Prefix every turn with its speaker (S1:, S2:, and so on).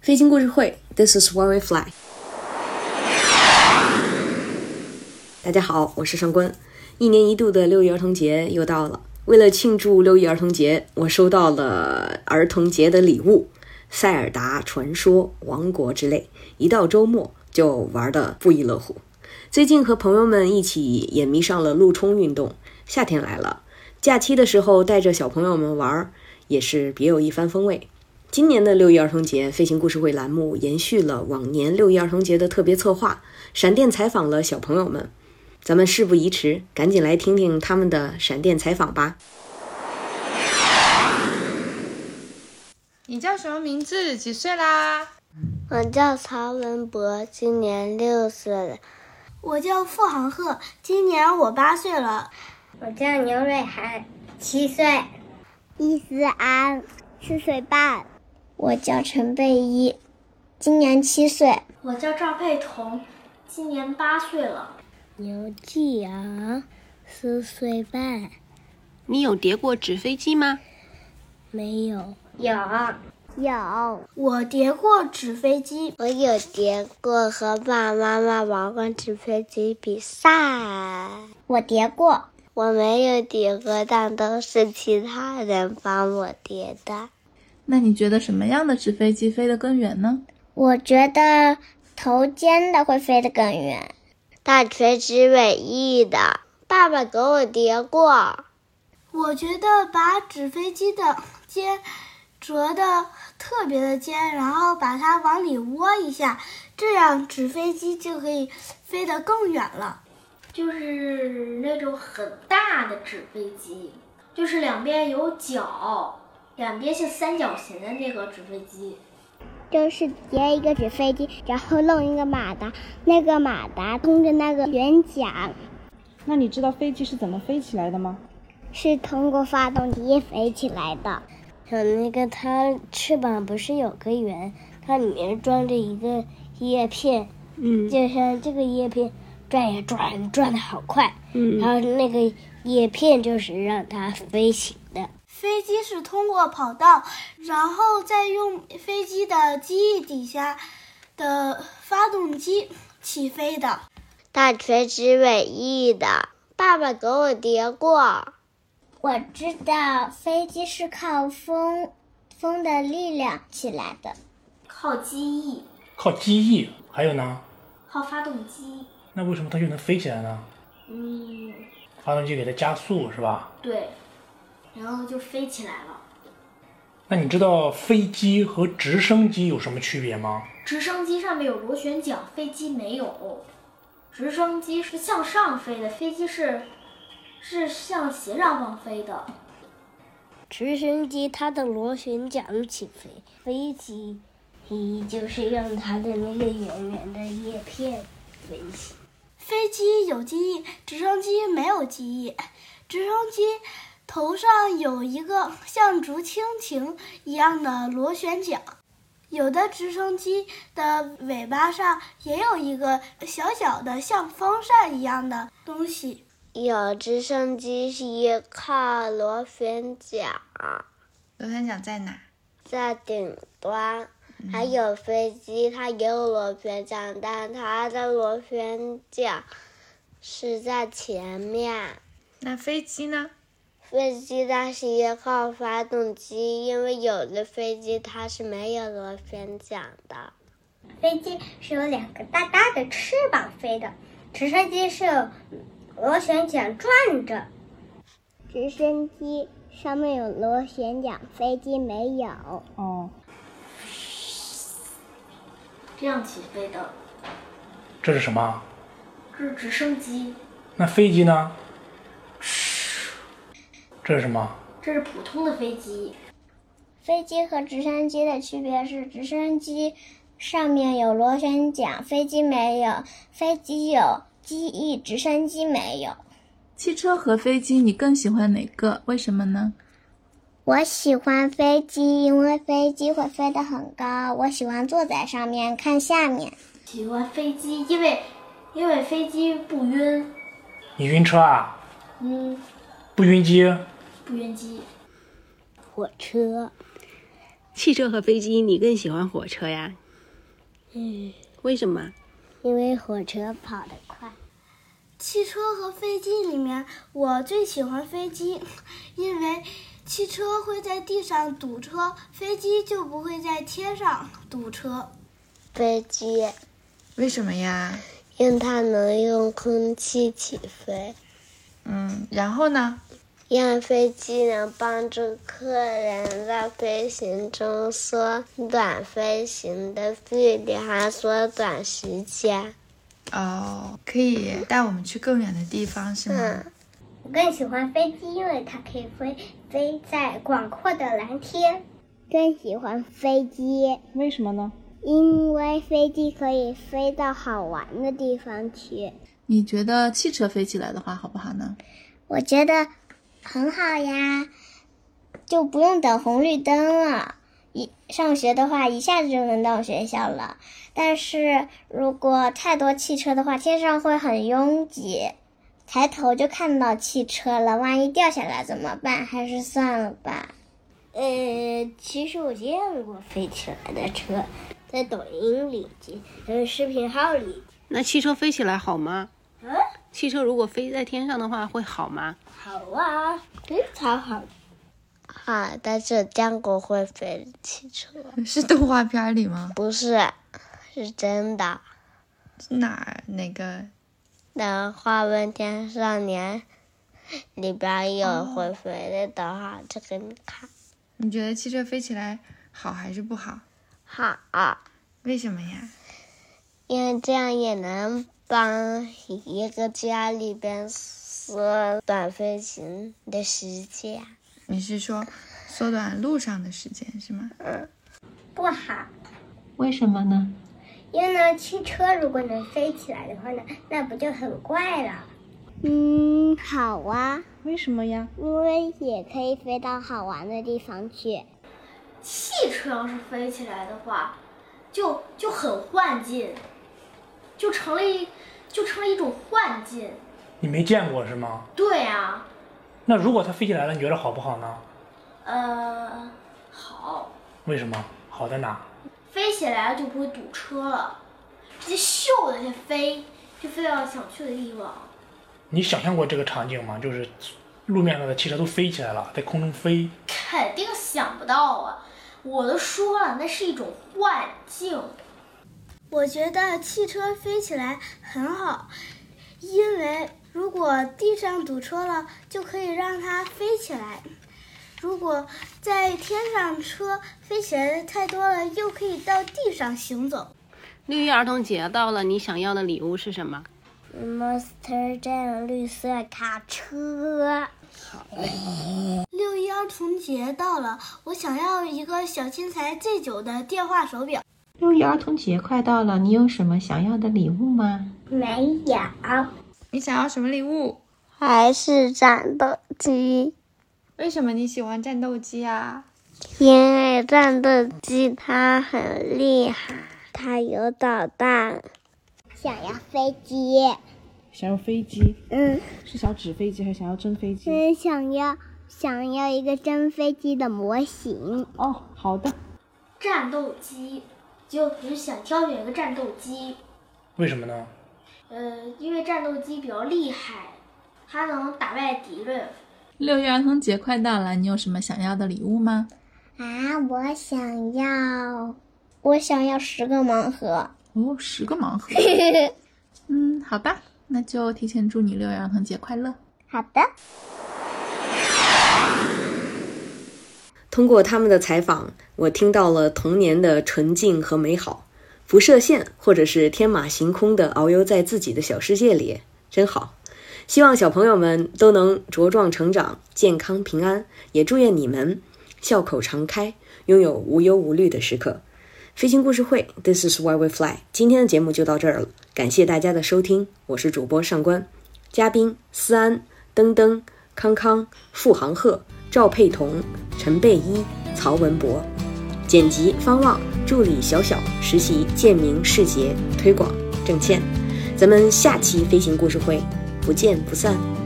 S1: 飞行故事会，This is where we fly。大家好，我是上官。一年一度的六一儿童节又到了，为了庆祝六一儿童节，我收到了儿童节的礼物《塞尔达传说：王国之泪》，一到周末就玩的不亦乐乎。最近和朋友们一起也迷上了路冲运动，夏天来了，假期的时候带着小朋友们玩儿，也是别有一番风味。今年的六一儿童节飞行故事会栏目延续了往年六一儿童节的特别策划，闪电采访了小朋友们。咱们事不宜迟，赶紧来听听他们的闪电采访吧。
S2: 你叫什么名字？几岁啦？
S3: 我叫曹文博，今年六岁了。
S4: 我叫付航赫，今年我八岁了。
S5: 我叫牛瑞涵，七岁。
S6: 伊思安，四岁半。
S7: 我叫陈贝依，今年七岁。
S8: 我叫赵佩彤，今年八岁了。
S9: 牛继阳，四岁半。
S10: 你有叠过纸飞机吗？
S9: 没有。
S5: 有。
S6: 有，
S4: 我叠过纸飞机。
S3: 我有叠过，和爸爸妈妈玩过纸飞机比赛。
S6: 我叠过，
S3: 我没有叠过，但都是其他人帮我叠的。
S2: 那你觉得什么样的纸飞机飞得更远呢？
S7: 我觉得头尖的会飞得更远，
S3: 大垂直尾翼的，爸爸给我叠过。
S4: 我觉得把纸飞机的尖。折的特别的尖，然后把它往里窝一下，这样纸飞机就可以飞得更远了。
S8: 就是那种很大的纸飞机，就是两边有角，两边像三角形的那个纸飞机。
S6: 就是叠一个纸飞机，然后弄一个马达，那个马达通着那个圆桨。
S10: 那你知道飞机是怎么飞起来的吗？
S6: 是通过发动机飞起来的。
S9: 有那个，它翅膀不是有个圆，它里面装着一个叶片，
S10: 嗯，
S9: 就像这个叶片转呀转，转的好快，
S10: 嗯，
S9: 然后那个叶片就是让它飞行的。
S4: 飞机是通过跑道，然后再用飞机的机翼底下的发动机起飞的。
S3: 大垂直尾翼的，爸爸给我叠过。
S7: 我知道飞机是靠风风的力量起来的，
S8: 靠机翼，
S11: 靠机翼，还有呢？
S8: 靠发动机。
S11: 那为什么它就能飞起来呢？
S8: 嗯，
S11: 发动机给它加速是吧？
S8: 对，然后就飞起来了。
S11: 那你知道飞机和直升机有什么区别吗？
S8: 直升机上面有螺旋桨，飞机没有。直升机是向上飞的，飞机是。是向斜上方飞的。
S9: 直升机它的螺旋桨起飞，飞机嗯就是用它的那个圆圆的叶片飞行。
S4: 飞机有机翼，直升机没有机翼。直升机头上有一个像竹蜻蜓一样的螺旋桨，有的直升机的尾巴上也有一个小小的像风扇一样的东西。
S3: 有直升机是靠螺旋桨，
S2: 螺旋桨在哪？
S3: 在顶端。
S7: 嗯
S3: 还有飞机，它也有螺旋桨，但它的螺旋桨是在前面。
S2: 那飞机呢？
S3: 飞机它是依靠发动机，因为有的飞机它是没有螺旋桨的。
S5: 飞机是有两个大大的翅膀飞的，直升机是有。螺旋桨转着，
S6: 直升机上面有螺旋桨，飞机没有。
S10: 哦，
S8: 这样起飞的。
S11: 这是什么？
S8: 这是直升机。
S11: 那飞机呢？这是什么？
S8: 这是普通的飞机。
S7: 飞机和直升机的区别是，直升机上面有螺旋桨，飞机没有。飞机有。机翼，直升机没有。
S2: 汽车和飞机，你更喜欢哪个？为什么呢？
S7: 我喜欢飞机，因为飞机会飞得很高，我喜欢坐在上面看下面。
S8: 喜欢飞机，因为因为飞机不晕。
S11: 你晕车啊？
S8: 嗯。
S11: 不晕机？
S8: 不晕机。
S9: 火车。
S1: 汽车和飞机，你更喜欢火车呀？
S6: 嗯，
S1: 为什么？
S6: 因为火车跑得快。
S4: 汽车和飞机里面，我最喜欢飞机，因为汽车会在地上堵车，飞机就不会在天上堵车。
S3: 飞机，
S2: 为什么呀？
S3: 因为它能用空气起飞。
S2: 嗯，然后呢？
S3: 因为飞机能帮助客人在飞行中缩短飞行的距离，还缩短时间。
S2: 哦，可以带我们去更远的地方是吗？
S3: 嗯
S5: 我更喜欢飞机，因为它可以飞飞在广阔的蓝天。
S6: 更喜欢飞机，
S10: 为什么呢？
S6: 因为飞机可以飞到好玩的地方去。
S12: 你觉得汽车飞起来的话好不好呢？
S7: 我觉得很好呀，就不用等红绿灯了。一上学的话，一下子就能到学校了。但是如果太多汽车的话，天上会很拥挤，抬头就看到汽车了，万一掉下来怎么办？还是算了吧。
S9: 呃，其实我见过飞起来的车，在抖音里、呃视频号里。
S1: 那汽车飞起来好吗？
S9: 嗯，
S1: 汽车如果飞在天上的话，会好吗？
S9: 好啊，非常好。
S3: 好，啊但是江国会飞的汽车
S2: 是动画片里吗？
S3: 不是，是真的。
S2: 哪哪个？
S3: 那《花问天少年》里边有
S6: 嗯
S3: 会飞的动画，这个你看
S2: 你觉得汽车飞起来好还是不好？
S3: 好啊，
S2: 为什么呀？
S3: 因为这样也能帮一个家里边缩短飞行的时间。
S2: 你是说缩短路上的时间是吗？
S3: 嗯，
S5: 不好，
S12: 为什么呢？
S5: 因为呢，汽车如果能飞起来的话呢，那不就很怪了？
S6: 嗯，好啊。
S10: 为什么呀？
S6: 因为也可以飞到好玩的地方去。
S8: 汽车要是飞起来的话，就就很幻境，就成了一就成了一种幻境。
S11: 你没见过是吗？
S8: 对啊，
S11: 那如果它飞起来了，你觉得好不好呢？
S8: 呃，好，
S11: 为什么？好在哪？
S8: 飞起来了就不会堵车了，直接咻的就飞，就飞到想去的地方。
S11: 你想象过这个场景吗？就是路面上的汽车都飞起来了，在空中飞。
S8: 肯定想不到啊！我都说了，那是一种幻境。
S4: 我觉得汽车飞起来很好，因为如果地上堵车了，就可以让它飞起来；如果在天上车飞起来的太多了，又可以到地上行走。
S1: 六一儿童节到了，你想要的礼物是什么？
S6: Monster Jam 绿色卡车。
S1: 好
S4: 六一儿童节到了，我想要一个小天才最久的电话手表。
S12: 六一儿童节快到了，你有什么想要的礼物吗？
S5: 没有，
S2: 你想要什么礼物？
S3: 还是战斗机，
S2: 为什么你喜欢战斗机啊？
S3: 因为战斗机它很厉害，它有导弹。
S6: 想要飞机，
S10: 想要飞机？
S6: 嗯，
S10: 是想要纸飞机还是想要真飞机？
S6: 嗯，想要想要一个真飞机的模型。
S10: 哦，好的。
S8: 战斗机，就只是想挑选一个战斗机，
S11: 为什么呢？
S8: 呃，因为战斗机比较厉害，它能打败敌人。
S12: 六一儿童节快到了，你有什么想要的礼物吗？
S7: 啊，我想要，我想要十个盲盒。
S12: 哦，十个 盲盒。嗯，好吧，那就提前祝你六一儿童节快乐。
S7: 好的。
S1: 通过他们的采访，我听到了童年的纯净和美好，不设限或者是天马行空的遨游在自己的小世界里，真好。希望小朋友们都能茁壮成长，健康平安，也祝愿你们笑口常开，拥有无忧无虑的时刻。飞行故事会，This is why we fly。今天的节目就到这儿了，感谢大家的收听，我是主播上官，嘉宾思安、登登、康康、付航鹤、赵佩彤、陈贝依、曹文博，剪辑方望，助理小小，实习建明、世杰，推广郑倩。咱们下期飞行故事会不见不散。